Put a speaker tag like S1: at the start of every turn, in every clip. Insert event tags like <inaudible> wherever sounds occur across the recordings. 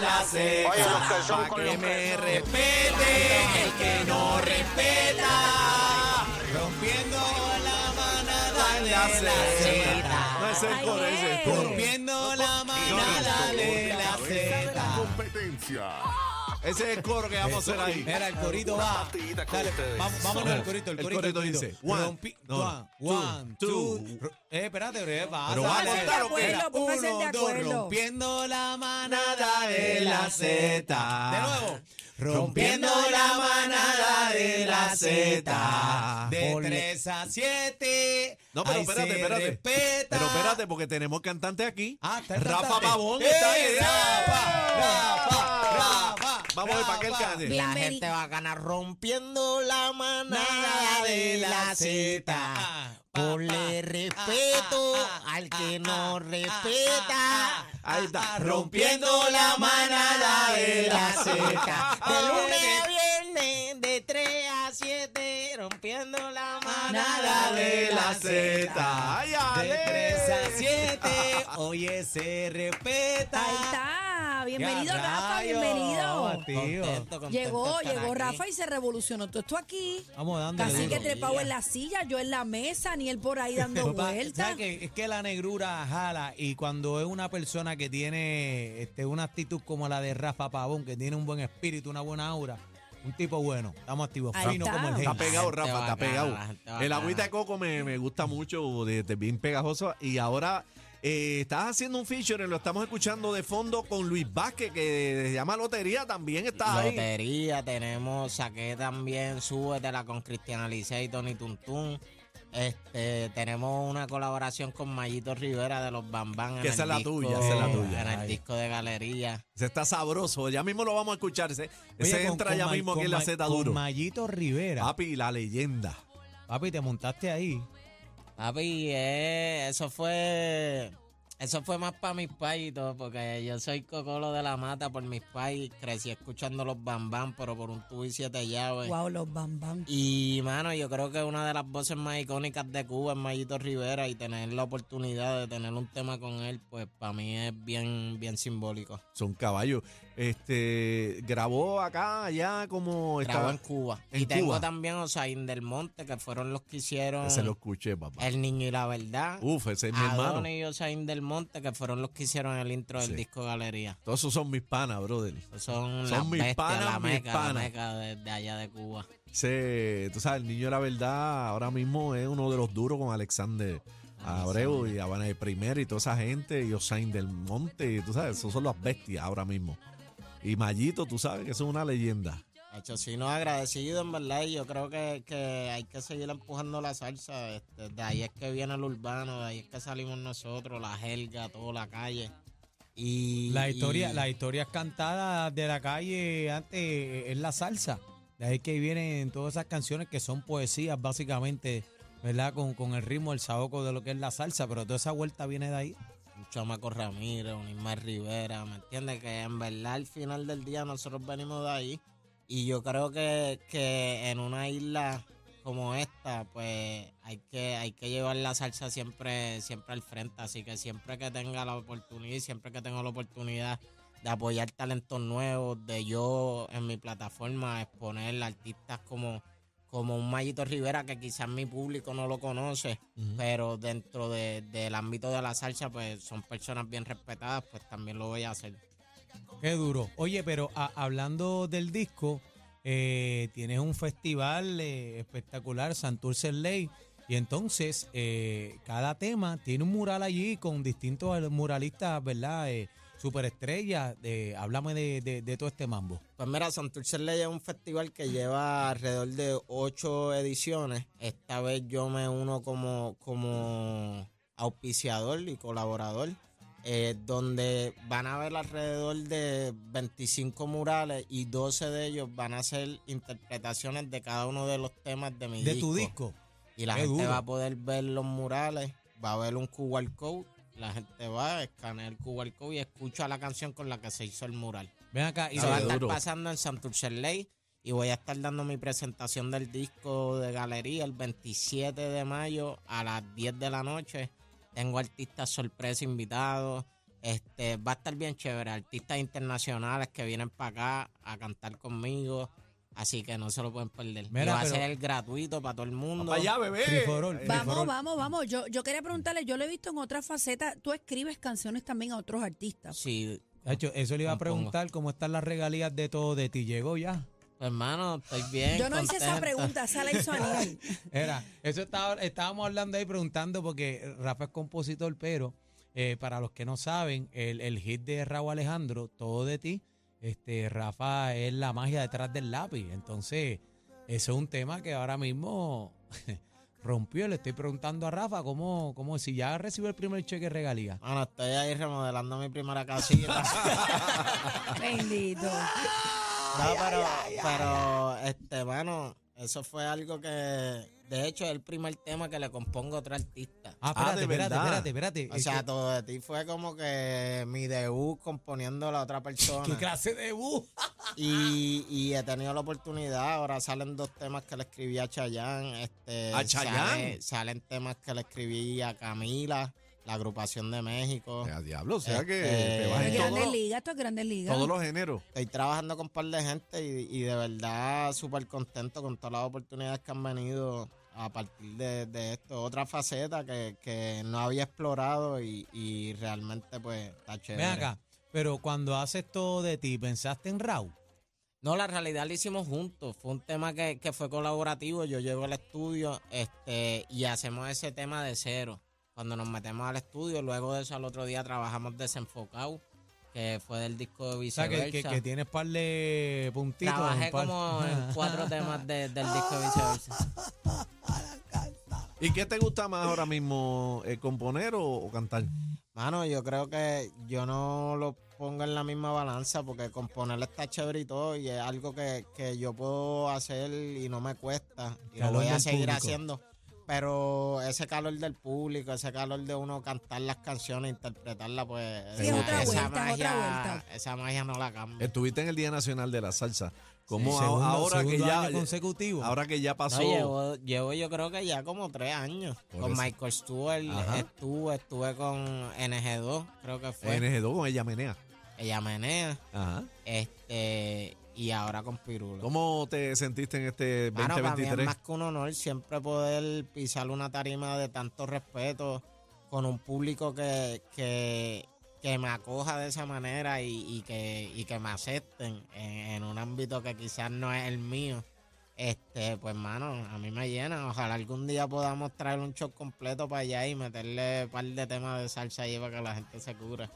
S1: la seca.
S2: Oye, los calzones
S1: pa'
S2: con
S1: que
S2: los
S1: me
S2: calzones.
S1: respete el que no respeta. Rompiendo la manada de la Z.
S3: No es el
S4: Ay,
S3: coro, es el
S4: eh.
S3: coro.
S1: Rompiendo la manada de la Z.
S5: Competencia.
S3: Ese es el coro que vamos a hacer ahí.
S1: Mira, el corito va.
S2: partidita con
S1: Dale,
S2: ustedes.
S1: vamos, vámonos al corito. El
S3: El
S1: corito,
S3: corito dice, one,
S1: Rompi-
S3: no,
S1: one,
S3: two,
S1: one, two.
S3: two.
S1: Eh, espérate, ¿qué pasa?
S3: Pero va a
S1: Dale,
S3: contar,
S1: dale,
S3: ¿o qué?
S1: espera.
S4: Pónganse de
S1: Uno, dos,
S4: acuerdo.
S1: rompiendo la manada de la Z. De nuevo. Rompiendo la manada de la Z. De
S3: Ponle.
S1: 3 a 7.
S3: No, pero espérate, espérate.
S1: Respeta.
S3: Pero espérate, porque tenemos cantante aquí.
S1: Ah, está el
S3: Rafa
S1: cantante.
S3: Pavón
S1: ¡Eh,
S3: está ahí.
S1: Rafa, Rafa, Rafa,
S3: Vamos a ver para qué él
S1: Rafa.
S3: cante.
S4: Bien
S6: La
S4: meri-
S6: gente va a ganar rompiendo la manada
S1: Nada
S6: de la Z. Ponle respeto al que no respeta.
S3: Ahí está.
S1: ah, Rompiendo la manada de la
S6: Z.
S1: Z.
S6: De <laughs> lunes a viernes, de 3 a 7, rompiendo la
S1: Ah,
S6: manada de la
S3: Z. ¡Ay,
S1: De
S3: ale!
S1: 3 a 7, oye, se respeta.
S4: Ahí está. Bienvenido,
S1: Ya,
S4: Rafa,
S1: rayos.
S4: bienvenido.
S1: Vamos, tío.
S4: Llegó, llegó Rafa y se revolucionó todo esto aquí.
S1: Vamos dándole
S4: Casi que
S1: duro.
S4: trepado en la silla, yo en la mesa, ni él por
S1: <laughs>
S4: ahí dando
S1: Papá,
S4: vueltas.
S1: ¿sabes qué? Es que la negrura jala y cuando es una persona que tiene este, una actitud como la de Rafa Pavón, que tiene un buen espíritu, una buena aura, un tipo bueno, estamos activos,
S4: Ahí
S1: fino
S4: está.
S1: como el
S3: Está
S1: gel.
S3: pegado,
S6: gente
S3: Rafa, está
S6: bacana,
S3: pegado.
S6: la gente
S3: El
S6: bacana.
S3: agüita de coco me, me gusta mucho, de, de bien pegajosa. Y ahora eh, estás haciendo un feature, lo estamos escuchando de fondo con Luis Vázquez, que se llama Lotería, también está ahí.
S6: Lotería, tenemos, saqué también, súbetela con Cristian Alice y Tony Tuntún. Este, tenemos una colaboración con Mayito Rivera de los Bambán. en
S3: Que esa
S6: el
S3: es la
S6: disco-
S3: tuya, esa es la tuya.
S6: En
S3: Ay.
S6: el disco de galería.
S3: Se está sabroso, ya mismo lo vamos a escuchar. Se,
S1: Oye,
S3: se
S1: con-
S3: entra
S1: con
S3: ya
S1: Ma-
S3: mismo aquí
S1: con
S3: en la
S1: Ma-
S3: Z
S1: con
S3: duro. Ah.
S1: Mayito Rivera.
S3: Papi, la leyenda.
S1: Papi, te montaste ahí.
S6: Papi, eh, eso fue. Eso fue más para mis pais y todo, porque yo soy cocolo de la mata por mis pais. Crecí escuchando los Bambán, pero por un tubo y siete llaves.
S4: Wow, los bambán.
S6: Y, mano, yo creo que una de las voces más icónicas de Cuba es Mayito Rivera y tener la oportunidad de tener un tema con él, pues para mí es bien, bien simbólico.
S3: Son caballos. Este, grabó acá, allá, como
S6: Grabó
S3: Pues estaba.
S6: en Cuba.
S3: en
S6: y tengo
S3: Cuba.
S6: también Osaín del Monte, que fueron los que hicieron
S3: Ese lo escuché,
S1: Eh,
S3: papá.
S6: El Niño y la Verdad.
S3: Uf, ese es mi hermano.
S6: Adonis y Osaín del Monte, que fueron los que hicieron el intro del
S3: Sí.
S6: disco Galería. Pues
S3: Todos esos son mis panas, brother.
S6: Son,
S3: Son
S6: las
S3: mis
S6: bestias,
S3: panas,
S6: la
S3: mis
S6: meca, la
S3: panas.
S6: meca de, de allá de Cuba.
S3: Ese, tú sabes, el niño, la verdad, ahora mismo es uno de los duros con Alexander Abreu y Habana de Primera y toda esa gente, y Osain del Monte, tú sabes, esos son las bestias ahora mismo. Y Mallito, tú sabes que eso es una leyenda.
S6: De hecho, sí, no, agradecido, en verdad, y yo creo que, que hay que seguir empujando la salsa. este, de ahí es que viene el urbano, de ahí es que salimos nosotros, la jerga, toda la calle. Y,
S1: La historia,
S6: y-
S1: las historias cantadas de la calle antes eh, es la salsa. De ahí que vienen todas esas canciones que son poesías, básicamente, ¿verdad? Con, con el ritmo, el saoco de lo que es la salsa, pero toda esa vuelta viene de ahí.
S6: un chamaco Ramírez, un Ismael Rivera, ¿me entiendes? Que en verdad al final del día nosotros venimos de ahí y yo creo que, que en una isla como esta, pues hay que, hay que llevar la salsa siempre, siempre al frente, así que siempre que tenga la oportunidad, siempre que tenga la oportunidad de apoyar talentos nuevos, de yo en mi plataforma exponer artistas como, como un Mayito Rivera que quizás mi público no lo conoce, pero dentro de- del ámbito de la salsa, pues son personas bien respetadas, pues también lo voy a hacer.
S1: Qué duro. Oye, pero a- hablando del disco, eh, tienes un festival eh, espectacular, Santurce Ley. Y entonces, eh, cada tema tiene un mural allí con distintos muralistas, ¿verdad? Eh, superestrellas. Eh, háblame de, de- de todo este mambo.
S6: Pues mira, Santurce Ley es un festival que lleva alrededor de ocho ediciones. Esta vez yo me uno como, como auspiciador y colaborador, eh, donde van a haber alrededor de 25 murales y 12 de ellos van a ser interpretaciones de cada uno de los temas de mi
S1: De
S6: disco.
S1: tu disco.
S6: Y la
S1: Qué
S6: gente
S1: duro.
S6: va a poder ver los murales, va a ver un QR code, la gente va, escanea el QR code y escucha la canción con la que se hizo el mural.
S1: Ven acá.
S6: Y
S1: Y
S6: se va a
S1: de-
S6: estar
S3: duro.
S6: pasando en Santurce Ley y voy a estar dando mi presentación del disco de galería el 27 de mayo a las 10 de la noche. Tengo artistas sorpresa invitados, Este, va a estar bien chévere. Artistas internacionales que vienen para acá a cantar conmigo. Así que no se lo pueden perder.
S1: Mira,
S6: lo va a
S1: pero-
S6: hacer el gratuito para todo el mundo.
S3: Para allá, bebé. Eh,
S1: Triforol,
S3: Ahí.
S1: triforol.
S4: Vamos, vamos, vamos. Yo, yo quería preguntarle, yo lo he visto en otras facetas. Tú escribes canciones también a otros artistas.
S6: Sí,
S1: Tacho, eso le iba a
S6: Compongo.
S1: preguntar cómo están las regalías de todo de ti. Llegó ya.
S6: pues, hermano, estoy bien.
S4: Yo no hice esa
S6: contento.
S4: pregunta, esa la hizo Aníbal.
S1: Era, eso estaba- estábamos hablando ahí preguntando porque Rafa es compositor, pero eh, para los que no saben, el, el hit de Raúl Alejandro, todo de ti, este Rafa es la magia detrás del lápiz. Entonces, eso es un tema que ahora mismo <laughs> rompió. Le estoy preguntando a Rafa cómo, cómo si ya recibió el primer cheque de regalía. Ah,
S6: Mano, estoy ahí remodelando mi primera
S4: <laughs>
S6: casita.
S4: <laughs> Bendito.
S6: No, pero, pero este, mano, eso fue algo que, de hecho, es el primer tema que le compongo a otro artista.
S1: Ah,
S3: Ah,
S1: espérate,
S3: de
S1: espérate,
S3: verdad.
S1: espérate, espérate.
S6: O sea, todo de ti fue como que mi debut componiendo a la otra
S1: ¿Qué
S6: persona.
S1: clase de bus?
S6: Y, y he tenido la oportunidad, ahora salen dos temas que le escribí a Chayanne. Este,
S3: ¿A Chayanne?
S6: sale- salen temas que le escribí a Camila, la agrupación de México.
S3: eh, A diablo, o sea que
S6: Este,
S3: te vas en
S6: Ay,
S4: Grandes
S3: todo-
S4: ligas, esto es grandes ligas.
S3: todos los géneros.
S6: Estoy trabajando con un par de gente y, y de verdad súper contento con todas las oportunidades que han venido a partir de, de esto. Otra faceta que, que no había explorado y, y realmente pues está chévere.
S1: Ven acá. Pero cuando haces todo de ti, ¿pensaste en Raúl?
S6: No, la realidad lo hicimos juntos. Fue un tema que, que fue colaborativo. Yo llego al estudio este, y hacemos ese tema de cero. Cuando nos metemos al estudio, luego de eso al otro día trabajamos desenfocado, que fue del disco de
S1: O sea,
S6: viceversa.
S1: que, que, que tienes par de puntitos.
S6: Trabajé
S1: par- <laughs>
S6: como <laughs>
S4: <laughs>
S6: en cuatro temas de- del disco de viceversa.
S3: ¿Y qué te gusta más ahora mismo, eh, componer o, o cantar?
S6: Mano, yo creo que yo no lo pongo en la misma balanza porque componer está chévere y todo y es algo que, que yo puedo hacer y no me cuesta y lo
S1: Calor
S6: voy a
S1: del
S6: seguir
S1: público.
S6: haciendo. Pero ese calor del público, ese calor de uno cantar las canciones, interpretarlas, pues
S4: Sí,
S6: esa,
S4: es otra
S6: esa
S4: vuelta,
S6: magia,
S4: es otra vuelta.
S6: esa magia no la cambia.
S3: Estuviste en el Día Nacional de la Salsa. Como
S1: Sí, segundo-
S3: ahora
S1: segundo
S3: que ya
S1: año consecutivo.
S3: ahora que ya
S6: No,
S3: pasó
S6: llevo, llevo yo creo que ya como tres años.
S3: Por
S6: con
S3: eso.
S6: Michael Stewart
S3: Ajá.
S6: estuve, estuve con NG2, creo que fue.
S3: NG2 con ella menea.
S6: Ella menea.
S3: Ajá.
S6: Este, y ahora con Pirulo.
S3: ¿Cómo te sentiste en este
S6: Mano, Ah, para mí es
S3: 2023?
S6: más que un honor siempre poder pisar una tarima de tanto respeto con un público que, que, que me acoja de esa manera y, y que, y que me acepten en, en un ámbito que quizás no es el mío. Este, pues mano, a mí me llena. Ojalá algún día podamos traer un show completo para allá y meterle un par de temas de salsa ahí para que la gente se cura.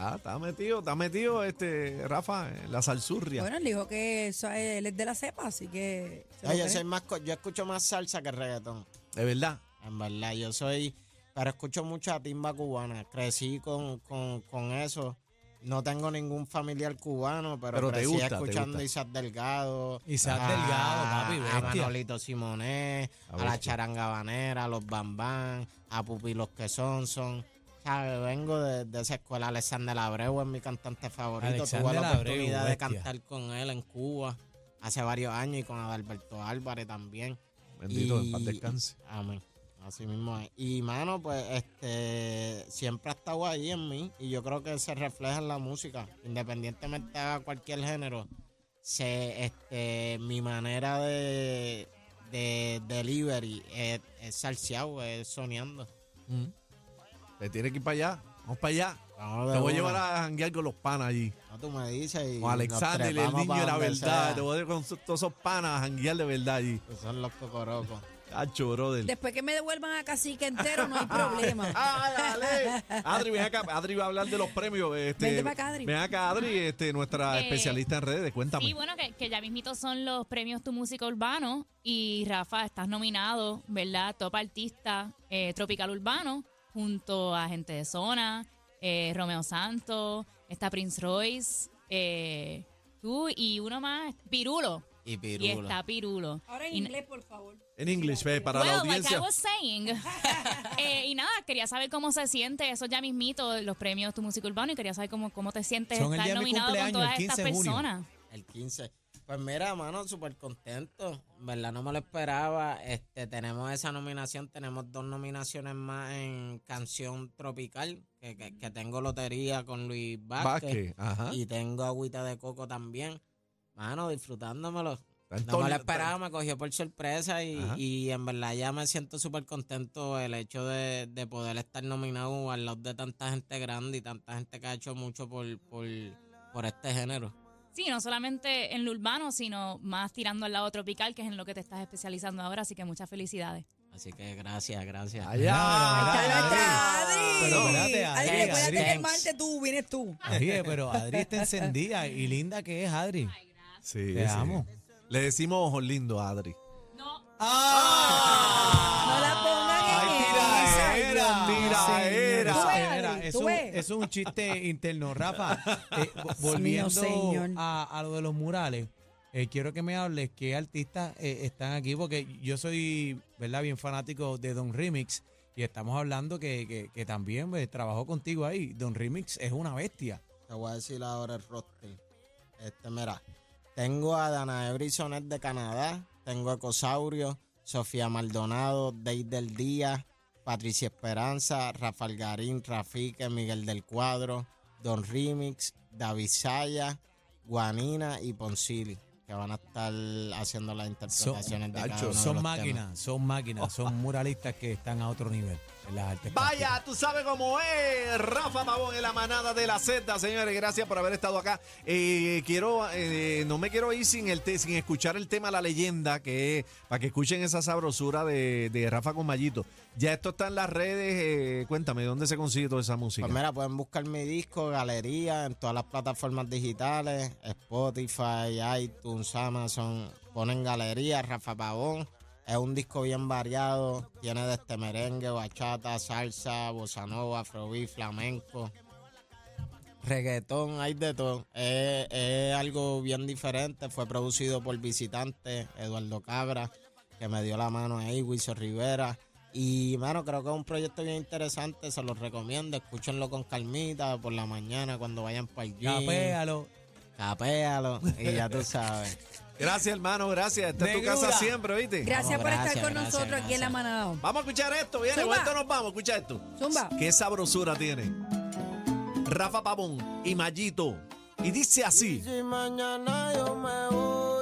S3: Ah, está metido, está metido este Rafa en la salsurria.
S4: Bueno, él dijo que eso- eh, él es de la cepa, así que. se lo
S6: Yo,
S4: cree.
S6: soy más, co- yo escucho más salsa que reggaetón.
S3: de verdad.
S6: En verdad, yo soy, pero escucho mucha timba cubana. Crecí con, con, con eso. No tengo ningún familiar cubano, pero,
S3: Pero te
S6: crecí
S3: gusta, te
S6: escuchando
S3: gusta.
S6: a Isaac Delgado.
S1: Isaac
S6: a-
S1: Delgado, papi,
S6: A
S1: bestia.
S6: Manolito Simonet,
S3: A
S6: a, la
S3: bestia.
S6: charanga banera, a los bambán, a Pupi los que son, son. ¿Sabe? Vengo de, de esa escuela. Alexander Abreu es mi cantante favorito. Tuve
S1: Alexander
S6: la
S1: Abreu,
S6: oportunidad de
S1: bestia.
S6: cantar con él en Cuba hace varios años y con Adalberto Álvarez también.
S3: Bendito, en
S6: Y-
S3: paz descanse.
S6: Amén. Así mismo es. Y mano, pues este siempre ha estado ahí en mí y yo creo que se refleja en la música, independientemente a cualquier género. Se, este, mi manera de, de delivery es, es salseado, es soñando.
S3: Te tienes que ir para allá. Vamos para allá.
S6: Vamos de
S3: Te voy a
S6: una.
S3: llevar a janguear con los panas allí.
S6: No, tú me dices y
S3: Con
S6: nos
S3: Alexander, el
S6: trepamos
S3: niño
S6: pa'
S3: de la
S6: donde
S3: verdad.
S6: sea.
S3: Te voy a llevar con su- todos esos panas a janguear de verdad allí.
S6: Son los cocorocos.
S3: Hacho, brother.
S6: <laughs>
S4: Después que me devuelvan a cacique entero, no hay problema.
S3: ¡Ah, dale! Adri, ven acá. Adri va a hablar de los premios. Este,
S4: Vente pa' acá, Adri.
S3: Ven acá, Adri,
S6: Ah.
S3: este, nuestra
S2: Eh,
S3: especialista en redes. Cuéntame.
S2: Sí, bueno, que, que ya mismito son los premios Tu Música Urbano y Rafa, estás nominado, ¿verdad? Top Artista eh, Tropical Urbano junto a Gente de Zona, eh, Romeo Santos, está Prince Royce, eh, tú y uno más, Pirulo.
S6: Y
S2: Y
S6: pirulo.
S2: está Pirulo.
S4: Ahora en
S2: Y-
S4: inglés, por favor.
S3: en inglés, ve, para la
S2: Well, like I
S3: audiencia.
S2: was saying. <laughs> Eh, y nada, quería saber cómo se siente eso ya mismito, los premios Tu Música Urbano, y quería saber cómo, cómo te sientes
S1: Son el
S2: estar
S1: día de mi
S2: nominado con
S1: cumpleaños,
S2: todas
S1: el
S2: estas
S1: 15 de junio.
S2: personas.
S6: El 15. Pues mira, mano, súper contento. En ¿Verdad? No me lo esperaba. Este, tenemos esa nominación, tenemos dos nominaciones más en Canción Tropical, que, que- que tengo lotería con Luis
S3: Vázquez,
S6: Vázquez.
S3: ¿ah? ajá.
S6: Y tengo agüita de coco también. Mano, disfrutándomelo.
S3: Está en
S6: No me
S3: torno-
S6: lo esperaba, me cogió por sorpresa y,
S3: pues, Ajá.
S6: y en verdad ya me siento súper contento el hecho de, de poder estar nominado al lado de tanta gente grande y tanta gente que ha hecho mucho por, por, por este género.
S2: Sí, no solamente en lo urbano, sino más tirando al lado tropical, que es en lo que te estás especializando ahora, así que muchas felicidades.
S6: Así que gracias, gracias.
S1: Allá,
S4: Está
S1: allá,
S4: nuestra Adri.
S1: Pero espérate,
S4: Adri,
S1: Adri,
S4: recuerda que
S1: Adri.
S4: el martes tú vienes tú.
S1: Adri, pero Adri está encendida y linda que es Adri.
S3: Sí,
S1: Te
S3: sí.
S1: amo.
S3: Le decimos ojos lindos a Adri.
S2: No,
S3: ¡Ah!
S4: No la pongan en esa.
S3: Ay, tiraera,
S4: Eh, Dios mío,
S3: tiraera.
S4: señor. Tú ves,
S1: Mira,
S4: Adri,
S1: es,
S4: tú
S1: un,
S4: ves.
S1: es un chiste interno,
S4: <laughs>
S1: Rafa. eh, vo-
S4: mío,
S1: volviendo
S4: señor.
S1: a, a lo de los murales, eh, quiero que me hables qué artistas eh, están aquí, porque yo soy, ¿verdad?, bien fanático de Don Remix. Y estamos hablando que, que- que también pues, trabajó contigo ahí. Don Remix es una bestia.
S6: Te voy a decir ahora el roster. Este, mira, tengo a Danae Brisonet de Canadá, tengo a Ecosaurio, Sofía Maldonado, Dave del Día, Patricia Esperanza, Rafael Garín, Rafique, Miguel del Cuadro, Don Remix, David Saya, Guanina y Poncili, que van a estar haciendo las interpretaciones de cada
S3: tacho,
S6: uno de
S1: son
S6: los temas.
S1: máquinas, son máquinas, son muralistas que están a otro nivel en las artes.
S3: Vaya, tú sabes cómo es. Rafa Pavón en la manada de la Z, señores. Gracias por haber estado acá. Eh, quiero, eh, no me quiero ir sin el te- sin escuchar el tema La Leyenda, que es- para que escuchen esa sabrosura de, de Rafa con Mallito. Ya esto está en las redes. eh, cuéntame, ¿dónde se consigue toda esa música?
S6: Pues mira, pueden buscar mi disco, galería, en todas las plataformas digitales, Spotify, iTunes, Amazon. Ponen galería, Rafa Pavón. Es un disco bien variado. Tiene desde merengue, bachata, salsa, bossa nova, afrobeat, flamenco, reggaetón, hay de todo. Es, es algo bien diferente. Fue producido por Visitante, Eduardo Cabra, que me dio la mano ahí, Wilson Rivera. Y, mano, creo que es un proyecto bien interesante, se los recomiendo. Escúchenlo con calmita por la mañana cuando vayan para el gym.
S1: Capéalo.
S6: Capéalo. Y ya tú sabes. <laughs>
S3: Gracias, hermano. Gracias. Está en tu
S1: Negrura.
S3: casa siempre, ¿viste?
S4: Gracias
S6: Vamos,
S4: por estar
S6: gracias,
S4: con
S6: gracias,
S4: nosotros aquí en la
S6: gracias.
S4: manada.
S3: Vamos a escuchar esto, viene,
S4: Zumba.
S3: esto nos vamos, escucha esto.
S4: Zumba.
S3: Qué sabrosura tiene. Rafa Pavón y Mallito. Y dice así.
S6: Si mañana yo me voy.